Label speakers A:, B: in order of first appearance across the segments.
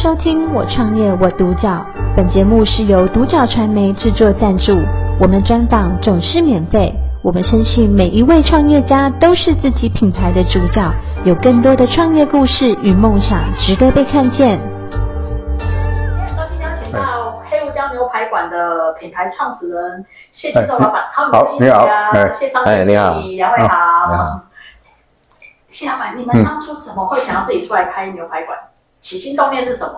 A: 收听《我创业我独角》，本节目是由独角传媒制作赞助，我们专访总是免费。我们深信每一位创业家都是自己品牌的主角，有更多的创业故事与梦想值得被看见。
B: 今天很高兴邀请到黑胡椒牛排馆的品牌创始人谢庆寿老板，他们的经理啊，谢昌的
C: 哎你好
B: 经理梁慧豪
C: 你好。嗯
B: 谢老板，你们当初怎么会想要自己出来开牛排馆？起心动念是什么？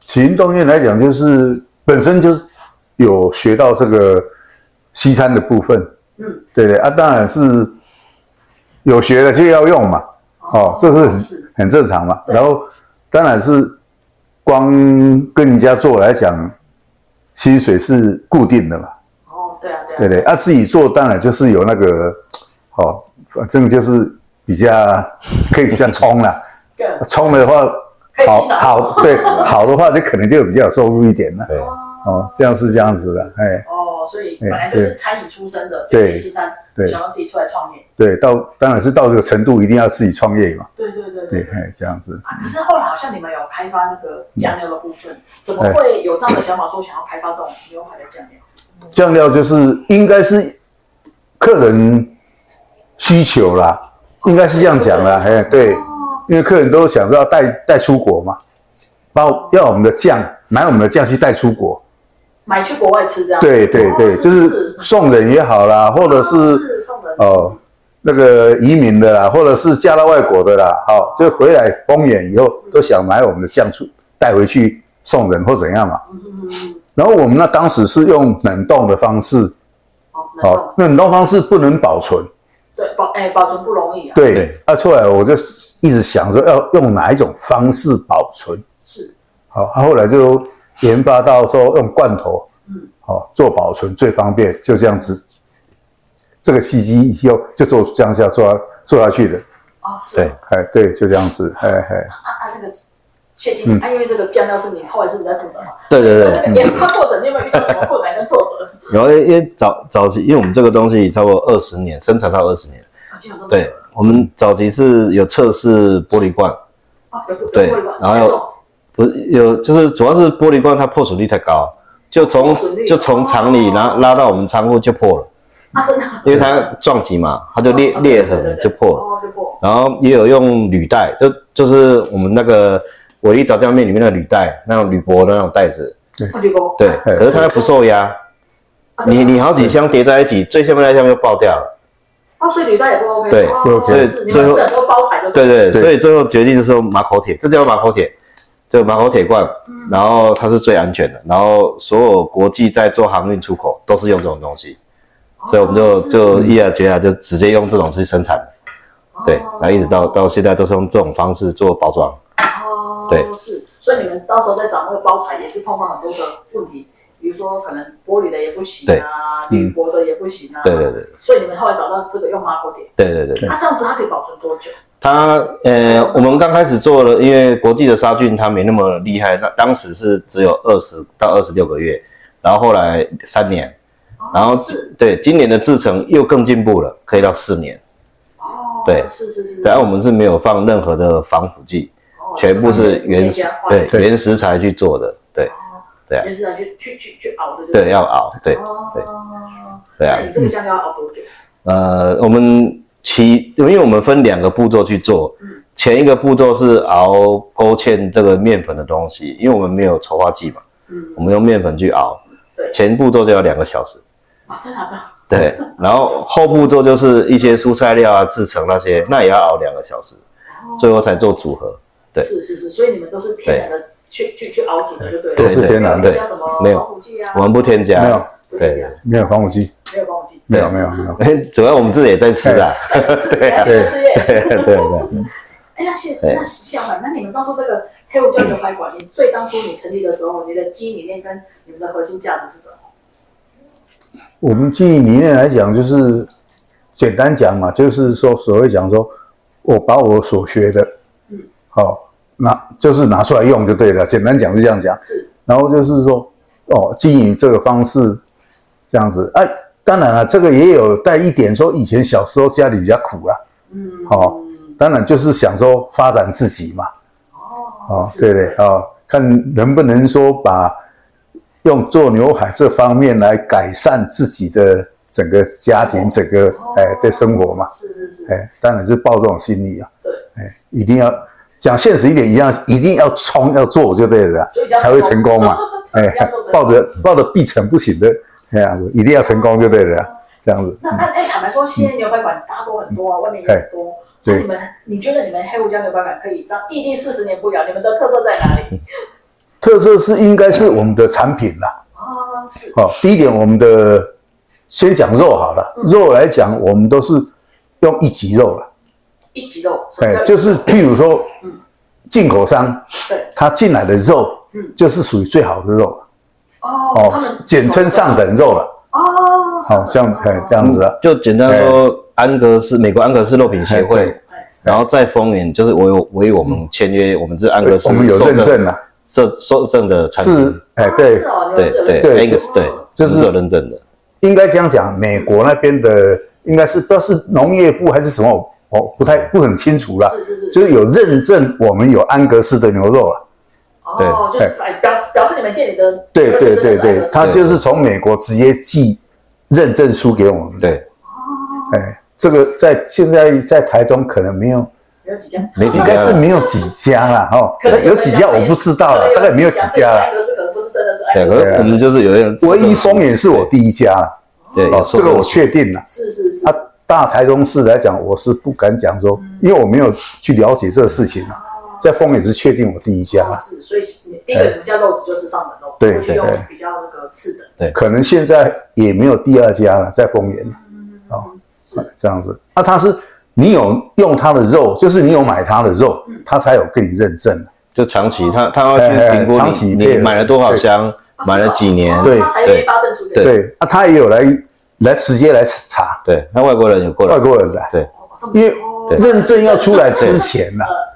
C: 起心动念来讲，就是本身就是有学到这个西餐的部分，
B: 嗯，
C: 对对啊，当然是有学了就要用嘛，哦，这是很
B: 是
C: 很正常嘛。
B: 对
C: 然后当然是光跟人家做来讲，薪水是固定的嘛，
B: 哦，对啊，对啊，
C: 对对啊，自己做当然就是有那个，哦，反正就是比较可以比较冲啦、
B: 对
C: 冲的话
B: 可以，
C: 好
B: 提早
C: 好对好的话，就可能就比较有收入一点了。
D: 对，
C: 哦，这样是这样子的，哎，
B: 哦，所以本
C: 哎
B: 来就是
C: 对
B: 餐饮出身的，
C: 对
B: 西餐，
C: 对
B: 想要自己出来创业，
C: 对，到当然是到这个程度，一定要自己创业嘛，
B: 对对对对。
C: 对，哎，这样子，
B: 啊，可是后来好像你们有开发那个酱料的部分，
D: 嗯
B: 怎么会有这样的想法说想要开发这种牛排的酱料？
C: 酱料就是应该是客人需求啦，应该是这样讲啦，哎，对，
B: 哦，
C: 因为客人都想着要带带出国嘛，把我要我们的酱，买我们的酱去带出国，
B: 买去国外吃这样。
C: 对对
B: 哦
C: 对，
B: 是
C: 就是送人也好啦，或者
B: 哦
C: 是。
B: 是送人
C: 哦，那个移民的啦，或者是嫁到外国的啦，好、就回来丰原以后都想买我们的酱醋带回去送人或怎样嘛。
B: 嗯嗯嗯嗯，
C: 然后我们那当时是用冷冻的方式，
B: 哦，能
C: 哦
B: 够，
C: 冷冻方式不能保存，
B: 对保哎保存不容易啊。，
C: 对
D: 对。
C: 那、出来我就一直想说要用哪一种方式保存，
B: 是，
C: 好、啊后来就研发到说用罐头，
B: 嗯，
C: 哦，做保存最方便，就这样子。这个契机以后就做这样下做做下去的，
B: 哦是。
D: 对
C: 哎，对，就这样子，哎哎。
B: 啊啊那个谢金，啊因为那个酱料是你后来是你在负责嘛？
D: 对嗯对嗯
B: 那
D: 对，
B: 个研发过程你有没有遇到什么困难跟挫折？
D: 然后因为早早期，因为我们这个东西差不多二十年，生产到二十年，
B: 啊就有这么
D: 对，我们早期是有测试玻璃罐，
B: 哦有有
D: 对
B: 有过吧
D: 然后
B: 那种
D: 不是有就是主要是玻璃罐它破损率太高，就从
B: 破损率哦
D: 就从厂里拿拉到我们仓库就破了，
B: 啊真的。
D: 因为它撞击嘛，它就裂
B: 哦
D: 裂
B: 对
D: 痕
B: 对
D: 就
B: 对
D: 破了。
B: 哦就破。
D: 然后也有用履带，就就是我们那个伟力炸酱面里面的履带，那种铝箔的那种袋子，
B: 哦就破。
D: 对，
C: 哎
D: 可是它不受压，
B: 啊真的
D: 你你好几箱叠在一起，最下面那箱就爆掉了。
B: 哦，所以履带也不 OK，
D: 对
B: 哦
C: 不 OK
B: 是你们是很多包材的，
D: 对对，
C: 对
D: 所以最后决定就是用马口铁，这叫马口铁，就马口铁罐，
B: 嗯
D: 然后它是最安全的，然后所有国际在做航运出口都是用这种东西，
B: 哦
D: 所以我们就是就毅然决然就直接用这种去生产，对，
B: 哦
D: 然后一直到到现在都是用这种方式做包装。
B: 哦，
D: 对
B: 是，所以你们到时候在找那个包材也是碰到很多的问题，比如说可能玻璃的也不行啊，
C: 对
B: 铝箔的也不行啊，
D: 对对对，
B: 所以你们后来找到这个用马口点，
D: 对对对对。
B: 那这样子它可以保存多久？
D: 它呃，我们刚开始做了，因为国际的杀菌它没那么厉害，那当时是只有二十到二十六个月，然后后来三年，
B: 哦
D: 然后
B: 是，
D: 对今年的制成又更进步了，可以到四年。
B: 哦，
D: 对
B: 是是是，
D: 然后我们是没有放任何的防腐剂，
B: 哦
D: 全部是原
B: 这
D: 食
B: 样子
D: 对
B: 可以
C: 对
D: 原食材去做的，对
B: 这样换哦
D: 对啊
B: 原食材去去去去熬的，
D: 对，要熬，对对
B: 哦，
D: 对啊
B: 那你这个酱料要熬多久？
D: 呃，我们其因为我们分两个步骤去做
B: 嗯，
D: 前一个步骤是熬勾芡这个面粉的东西，因为我们没有稠化剂嘛，
B: 嗯
D: 我，们用面粉去熬，
B: 对，
D: 前步骤就要两个小时。
B: 啊，真的啊真的。
D: 对，然后后步骤就是一些蔬菜料啊、制成那些，那也要熬两个小时，
B: 哦
D: 最后才做组合。对
B: 是是是，所以你们都是天然的去去去熬煮的，就对了，
C: 都是天然的
B: 没有加什么
D: 没有
B: 防腐剂啊，
D: 我们不添加，
C: 没有
B: 不添
D: 对
B: 加，
C: 没有防腐剂，
B: 没有防腐剂，
C: 没有没有没有。
D: 对， 主要我们自己也在吃啊。
B: 对啊，
C: 对
B: 事业。
D: 对对对，
B: 哎，那谢
D: 对
B: 那谢老板，那你们当初这个黑胡椒牛排馆，你最当初你成立的时候，你的基因理念跟你们的核心价值是什么？
C: 我们基于理念来讲，就是简单讲嘛，就是说所谓讲说，我把我所学的，
B: 嗯，
C: 好、拿就是拿出来用就对了。简单讲是这样讲，
B: 是
C: 然后就是说，哦，经营这个方式这样子。哎、当然了，这个也有带一点说以前小时候家里比较苦啊，
B: 嗯
C: 哦当然就是想说发展自己嘛，
B: 哦
C: 哦，
B: 是
C: 对不对？哦，看能不能说把用做牛排这方面来改善自己的整个家庭、整个
B: 哦
C: 哎的生活嘛。
B: 是是是，
C: 哎，当然是抱这种心理啊，
B: 对，
C: 哎，一定要讲现实一点，一样一定要冲要做就对了啊
B: 就一定，要。
C: 才会成功嘛
B: 才
C: 哎
B: 一定要做成，功
C: 抱着抱着必成不行的这样子，一定要成功就对了啊，这样子。
B: 那哎哎，坦白说，现在牛排馆大多很多啊，外面也很多。那
C: 对
B: 你们，你觉得你们黑胡椒牛排馆可以这样屹立四十年不摇？你们的特色在哪里？
C: 特色是应该是我们的产品啦。
B: 啊，是
C: 好、第一点，我们的先讲肉好了。
B: 嗯
C: 肉来讲，我们都是用一级肉了，
B: 一级肉，什么
C: 哎
B: 叫，一级
C: 就
B: 肉
C: 是譬如说
B: 嗯，
C: 进口商
B: 对，
C: 他进来的肉
B: 嗯，
C: 就是属于最好的肉
B: 哦，他
C: 哦
B: 们，
C: 简称上等肉了。
B: 哦，
C: 好、这样，哎，这样子啊，
D: 就简单说，安格斯美国安格斯肉品协
C: 哎
D: 会
C: 对，
B: 哎，
D: 然后在丰原就是我有为我们签约，我们是安格斯
C: 我们有
D: 受
C: 认证了，
D: 受受证的产品
C: 是，，哎，对
B: 是，哦，你
D: 对
B: 们是有
D: 对
B: 认
C: 对
D: ，Angus 对，
C: 就是
D: 我们有认证的，
C: 应该这样讲，美国那边的应该是不知道是农业部还是什么，我我不太不很清楚啦，
B: 啊是是是
C: 就是有认证我们有安格斯的牛肉啊了。
B: 哦，就是表示表示你们店里的
C: 哎对对对
B: 真
C: 对
B: 的，是
C: 他就是从美国直接寄认证书给我们。，
D: 对，
C: 哎，这个在现在在台中可能没有，
B: 有几家，
D: 没几
C: 应
D: 家
C: 该是没有几家啦，哦，
B: 可能
C: 有几家我不知道了，大概没有几家
B: 了。
C: 了。
B: 这个是可能不是真的是爱哎
D: 对，
B: 的，
D: 可
C: 对
D: 是
C: 啊
D: 我们就是有点
C: 唯一丰原是我第一家啦，
D: 对，有
C: 哦，
D: 受
C: 这个我
D: 证
C: 确定了。
B: 是是是
C: 啊，，大台中市来讲，我是不敢讲说，因为我没有去了解这个事情啊。在丰原是确定我第一家啦，哎
B: 是，所以你第一个你们叫肉质就是上等肉，
C: 对
B: 不去
C: 对
B: 用
C: 对
B: 比较那个次等，
D: 对，
C: 可能现在也没有第二家了，在丰原。
B: 嗯，
C: 哦，这样子。那、它是你有用它的肉，就是你有买它的肉，
B: 嗯
C: 它才有给你认证。
D: 就长期他他要
C: 哎哎
D: 去评估
C: 长期
D: 你
C: 配
D: 你
C: 合
D: 买了多少
C: 对
D: 箱，买了几年，
B: 哦
C: 对
B: 他才愿意
D: 对
B: 发证书给你
D: 对
C: 对，啊，他也有来来直接来查
D: 对，那外国人有过来
C: 外，国人来，
D: 对
B: 哦这么
C: 因为
B: 哦
D: 对
C: 认证要出来之前呐、
B: 呃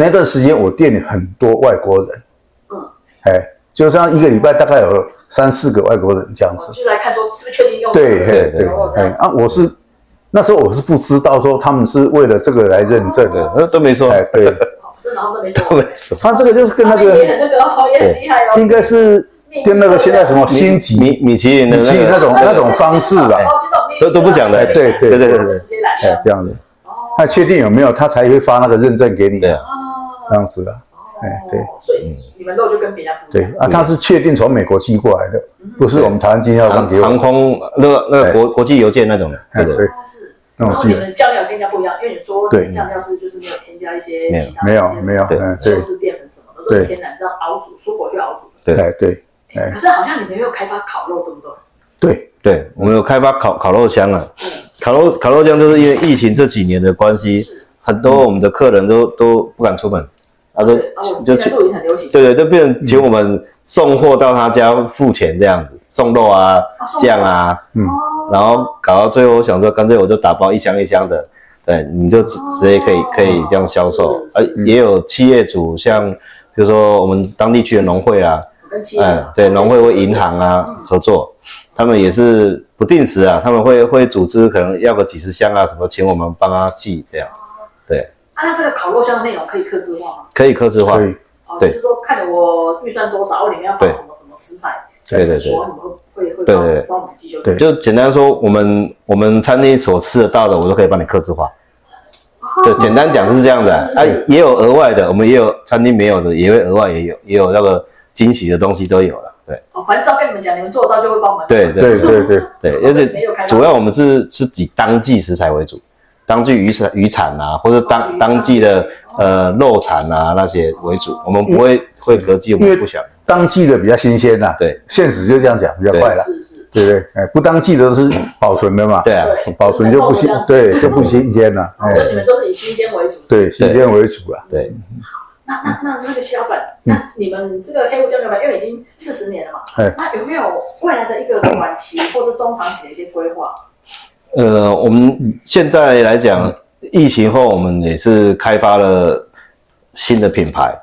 C: 那段时间我店里很多外国人，
B: 嗯，
C: 哎，就像一个礼拜大概有三四个外国人这样
B: 我
C: 子。
B: 就来看说是不是确定用的
C: 对，嘿
D: 对
C: 对
D: 对，
C: 哎，啊，我是那时候我是不知道说他们是为了这个来认证
D: 对
C: 的，，
D: 那都没说，
C: 哎，对，
B: 哦这然后都没什
D: 都没
B: 么，
D: 说。
C: 他 这个就是跟那
B: 他们也很
C: 个
B: 那个 哦，也很厉害哦，
C: 应该是跟那个现在什么星级
D: 米米其林的
C: 米其林那种那种方式啦，
B: 哦这种秘密
D: 都都不讲的
B: 哎
C: 对对对对
D: 对
B: 直接来
C: 哎，
B: 的
C: 这样子，
B: 哦
C: 他确定有没有，他才会发那个认证给你
D: 对
C: 啊，
D: 啊，
B: 哦
C: 这样子的。哎对
B: 所
D: 嗯
B: 以你们肉就跟别家不一
C: 对
B: 样，
C: 啊，他是确定从美国寄过来的，不是我们台湾经销商
D: 航
C: 给我
D: 嗯航
C: 们。
D: 空那个那
C: 哎
D: 个国国际邮件那种的，
C: 哎
D: 对
C: 对
D: 的，
B: 哦是
C: 那
B: 然
C: 种
B: 后
C: 是
B: 你们酱料跟人家不一样，因为你说
C: 对
B: 酱料是就是没有添加一些
D: 没有
B: 其他的
C: 没有
B: 一些
C: 没有，
D: 对
C: 哎
B: 修
C: 对，
B: 饰淀粉什么的，都是
C: 对
B: 天然这样熬煮，蔬果去熬煮的。
D: 对
C: 哎对，
B: 哎
C: 哎
B: 可是好像你们也有开发烤肉，对不对？
C: 对，
D: 对，我们有开发烤烤肉箱啊，烤肉烤肉箱就是因为疫情这几年的关系
B: 是，
D: 很多我们的客人都都不敢出门，啊都
B: 对，啊，我们
D: 就
B: 现
D: 去
B: 在，露营很流行。
D: 对对，就变
C: 嗯
D: 成请我们送货到他家付钱这样子，送肉啊
B: 哦送
D: 酱啊，
C: 嗯
B: 哦，
D: 然后搞到最后我想说，干脆我就打包一箱一箱的，对，你就直直接可以可以这样销售，
B: 哦是
D: 而
B: 是
D: 也有企业主像比如说我们当地区的农会啊。
B: 跟哦企业
D: 嗯，对，农会或银行啊合作，他们也是不定时啊，他们会会组织可能要个几十箱啊什么，请我们帮他寄这样，对，
B: 啊，那这个烤肉箱的内容可以克制化吗？
D: 可以克制化
C: 所，以
B: 哦，就
D: 对
B: 是说看着我预算多少，哦我里面要放
D: 对
B: 什么什么食材，
D: 对对
B: 说
D: 对，
B: 你们会会会
D: 对
B: 帮我
D: 对
B: 们
D: 对
B: 帮我们寄就
C: 对
D: 就简单说，我们我们餐厅所吃得到的，我都可以帮你克制化，
B: 哦
D: 就简单讲是这样的啊，啊也有额外的，我们也有餐厅没有的，也会额外也有也有那个惊喜的东西都有了，对
B: 哦，反正只要跟你们讲，你们做得到就会帮我们。
D: 对
C: 对对对，
D: 对，
B: 哦
D: 而且主要我们是是以当季食材为主，当季渔产渔产啊，或者
B: 哦
D: 当
B: 渔
D: 当季的呃肉产啊那些为主，我们不会会隔季，我
C: 因为
D: 们不想。
C: 当季的比较新鲜呐，
D: 对，
C: 现实就这样讲比较快了，
B: 是是，
C: 对不对？哎，不当季的都是保存的嘛，
D: 对啊，
B: 对，
C: 保存就不新，对，就不新鲜了，哎，
B: 哦所以你们都是以新鲜为主。
C: 对，新鲜为主了，
D: 对，
B: 那那那那个肖板，
D: 嗯
B: 那你们这个黑胡椒牛排，因为已经四十年了嘛
C: 哎，
B: 那有没有未来的一个短期或者中长期的一些规
D: 哎
B: 划？
D: 呃，我们现在来讲，疫情后我们也是开发了新的品牌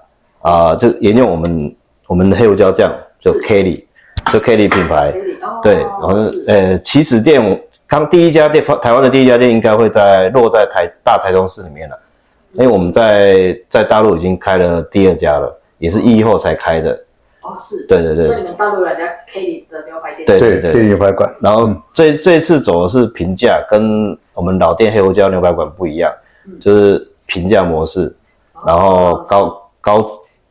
D: 啊、就沿用我们我们的黑胡椒酱，就是 Kelly，就 Kelly 品牌。
B: 哦
D: 对，然后
B: 是
D: 呃，起始店我刚第一家店，台湾的第一家店应该会在落
B: 嗯
D: 在台大台中市里面了，因为我们在在大陆已经开了第二家了，也是疫后才开的。
B: 哦，是，
D: 对对对
B: 所以你们大陆人家 Kelly 的牛排店，
D: 对
C: 对，天牛排馆，
D: 然后这这次走的是平价，跟我们老店黑胡椒牛排馆不一样，就是平价模式，
B: 哦
D: 然后高高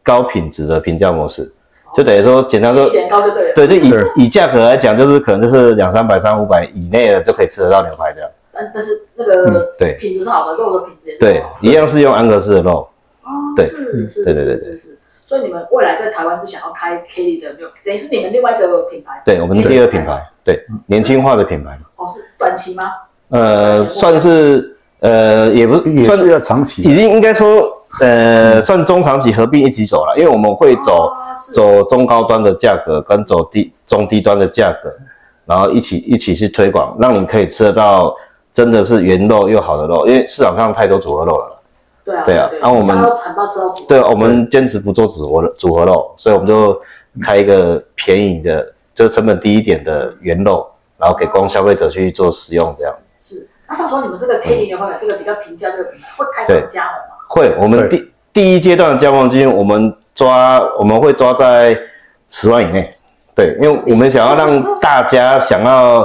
D: 高品质的平价模式，
B: 哦
D: 就等于说简单说
B: 七，前高就对了，嗯
D: 对，就以
C: 对
D: 以价格来讲，就是可能就是两三百、三五百以内的就可以吃得到牛排这样。
B: 但但是那个
D: 嗯对
B: 品质是好的，肉的品质也是
D: 对
B: 好，
D: 一样是用安格斯的肉，
B: 的，哦，
D: 对
B: 是
D: 嗯
B: 是，
D: 对对对
B: 是是是。所以你们未来在台湾是想要开 Kelly 的牛，等于是你们另外一个品牌，
D: 对我们第二品牌，对年轻化的品牌嘛，
B: 哦，是短期吗？
D: 呃，算是呃也不
C: 也
D: 算
C: 是要长
D: 已
C: 期，
D: 经应该说，呃，算中长期合并一起走了，因为我们会走、
B: 哦是
D: 走中高端的价格，跟走低中低端的价格，然后一起一起去推广，让你可以吃得到真的是原肉又好的肉，因为市场上太多组合肉了。
B: 对啊，
D: 对啊
B: 对，
D: 那我们
B: 大家都产到知道
D: 对，我们坚持不做组合肉组合肉，所以我们就开一个便宜的，就是成本低一点的原肉，然后给供消费者去做食用，这样
B: 是。那到时候你们这个
D: 嗯
B: Kelly 牛排馆这个比较平价这个品牌会开放加盟吗？
D: 会，我
C: 对
D: 们第第一阶段的加盟金，我们抓我们会抓在十万以内，对，因为我们想要让大家想要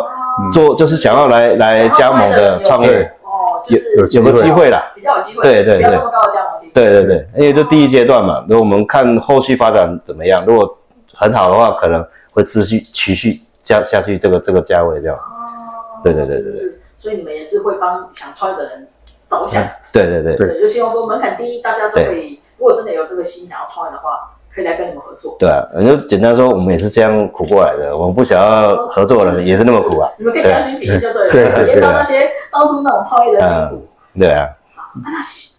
D: 做，就是想要来来加盟的创业，
B: 哦，就是
C: 有有
D: 有个机会啦，
B: 比较有机会，
D: 对对
B: 不要这么高的加盟金，
D: 对对对，因为这第一阶段嘛，那我们看后续发展怎么样，如果很好的话，可能会持续持续加下去这个这个价位这样，
B: 哦，
D: 对对对
B: 是
D: 对对
B: 是是所以你们也是会帮想创业的人着想，
D: 对对嗯对
C: 对
B: 对，就希望说门槛低，大家都可以，如果真的有这个心想要创业的话，可以来跟你们合作。
D: 对啊，就简单说，我们也是这样苦过来的，我们不想要合作的人也是那么苦啊，
B: 你们可以将心比心就对了，
C: 对对对
B: 别当那些当初那种创业的辛苦
D: 嗯。，对啊。
B: 啊那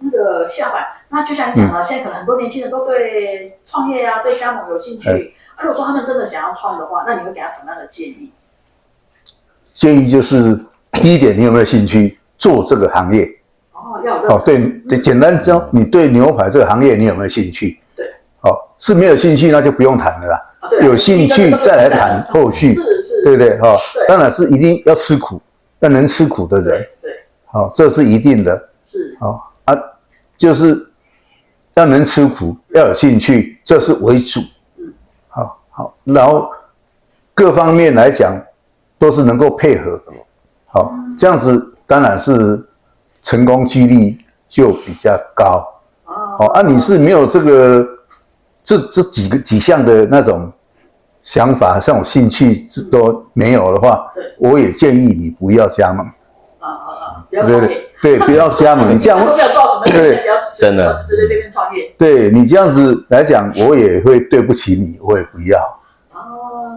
B: 那个下板，那就像你
D: 嗯
B: 讲了，现在可能很多年轻人都对创业啊、对加盟有兴
D: 嗯
B: 趣。啊如果说他们真的想要创业的话，那你会给他什么样的建议？
C: 建议就是 第一点，你有没有兴趣做这个行业？
B: 哦，要有热
C: 哦，
B: 忱。
C: 对，对简单讲，你对牛排这个行业你有没有兴趣？
B: 对，
C: 哦，是没有兴趣那就不用谈了啦，
B: 啊对啊
C: 有兴趣再来谈后续，
B: 是是，
C: 对不对？哦
B: 对，
C: 当然是一定要吃苦，要能吃苦的人，
B: 对，
C: 好、这是一定的。
B: 是
C: 哦啊，就是要能吃苦，要有兴趣，这是为主
B: 嗯。
C: 好好，然后各方面来讲都是能够配合，好，
B: 嗯
C: 这样子当然是成功几率就比较高。
B: 哦
C: 好，啊，你是没有这个这这几个几项的那种想法、这种兴趣是都没有的话
B: 对，
C: 我也建议你不要加盟，
B: 啊啊啊，不要创
C: 对不
B: 业
C: 对，，对，不要加盟，你这样
B: 都 不要做什么，
C: 对
B: 不要
D: 真的
B: 直接这边创业。
C: 对你这样子来讲，我也会对不起你，我也不要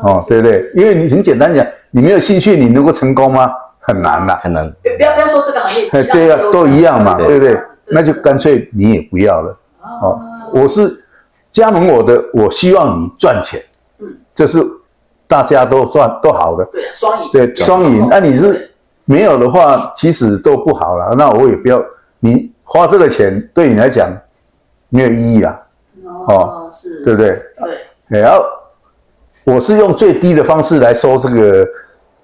B: 哦
C: 哦，对不对？因为你很简单讲，你没有兴趣，你能够成功吗？很难啦、
D: 很难。啊
B: 不要不要说这个行业，
C: 哎，
B: 其他
C: 对呀、
B: 行业
C: 都一样嘛，对
D: 对
C: 不对？那就干脆你也不要了。
B: 啊
C: 哦，我是加盟我的，我希望你赚钱，
B: 嗯，
C: 这是大家都赚都好的，
B: 对啊哦双赢，
C: 对，双赢。那、你
B: 对
C: 是没有的话，其实都不好了。那我也不要你花这个钱，对你来讲没有意义啊，
B: 哦是，
C: 对不对？
B: 对
C: 然后哎我是用最低的方式来收这个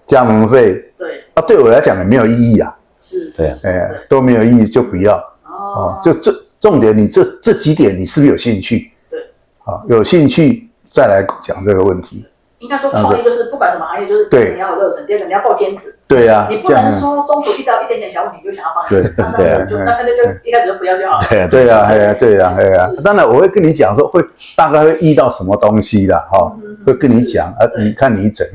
C: 加盟费，
B: 对
C: 啊，对我来讲也没有意义啊，
B: 是，
D: 对啊
B: 是
C: 哎
B: 对，
C: 都没有意义就不要
B: 哦
C: 哦。就这重点，你这这几点你是不是有兴趣？
B: 对，
C: 啊，有兴趣再来讲这个问题。
B: 应该说创业就是不管什么行业，就是第一个你要有热忱，第二个你要够坚持，
C: 对呀、
B: 你不
C: 这
B: 能
C: 样啊
B: 说中途遇到一点点小问题就想要放弃
C: 对，
B: 那这样子就
C: 对
B: 那干脆就一开始就不要就好了。
D: 对啊，
C: 对呀、哎呀，对呀、哎呀、
B: 是
C: 当然，我会跟你讲说会大概会遇到什么东西啦，哈、
B: 嗯嗯
C: 会跟你讲啊，
B: 对
C: 你看你怎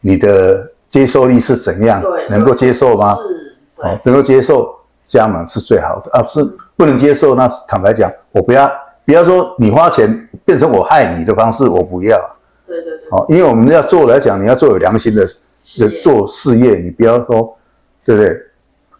C: 你的接受力是怎样
B: 对，
C: 能够接受吗？
B: 是，
C: 哦
B: 对，
C: 能够接受加盟是最好的啊，是不能接受那坦白讲，我不要不要说你花钱变成我害你的方式，我不要
B: 对对对，
C: 哦，因为我们要做来讲，你要做有良心的
B: 事业
C: 做事业，你不要说对不对？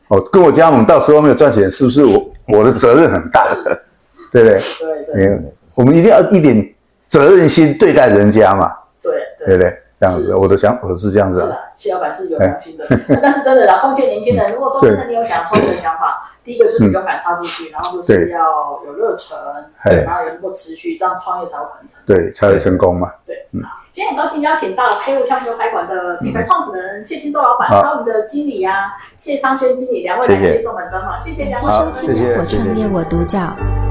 C: 哦，跟我加盟到时候没有赚钱，是不是我我的责任很大， 对不对？
B: 对对
C: 没有，我们一定要一点责任心对待人家嘛，
B: 对
C: 对不对？这样
B: 是
C: 子，我的想我是这样子、
B: 是
C: 啊，
B: 啊，谢老板是有良心的。那但是真的啦，奉劝年轻人，如果说真的你有想创业的想法，第一个是你勇敢踏出去，然后就是要有热忱，
C: 对
B: 然后也能够持续，这样创业才有可能成功。
C: 对，才会成功嘛。
B: 对，好今天很高兴邀请到黑雾香牛排馆的品牌创始人谢青洲老板，还
C: 好
B: 有我们的经理啊谢昌轩经理两位来
D: 谢谢
B: 接受我们专访，谢谢两位。
C: 好谢谢
A: 我创业我独角，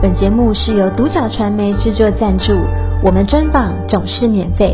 A: 本节目是由独角传媒制作赞助，我们专访总是免费。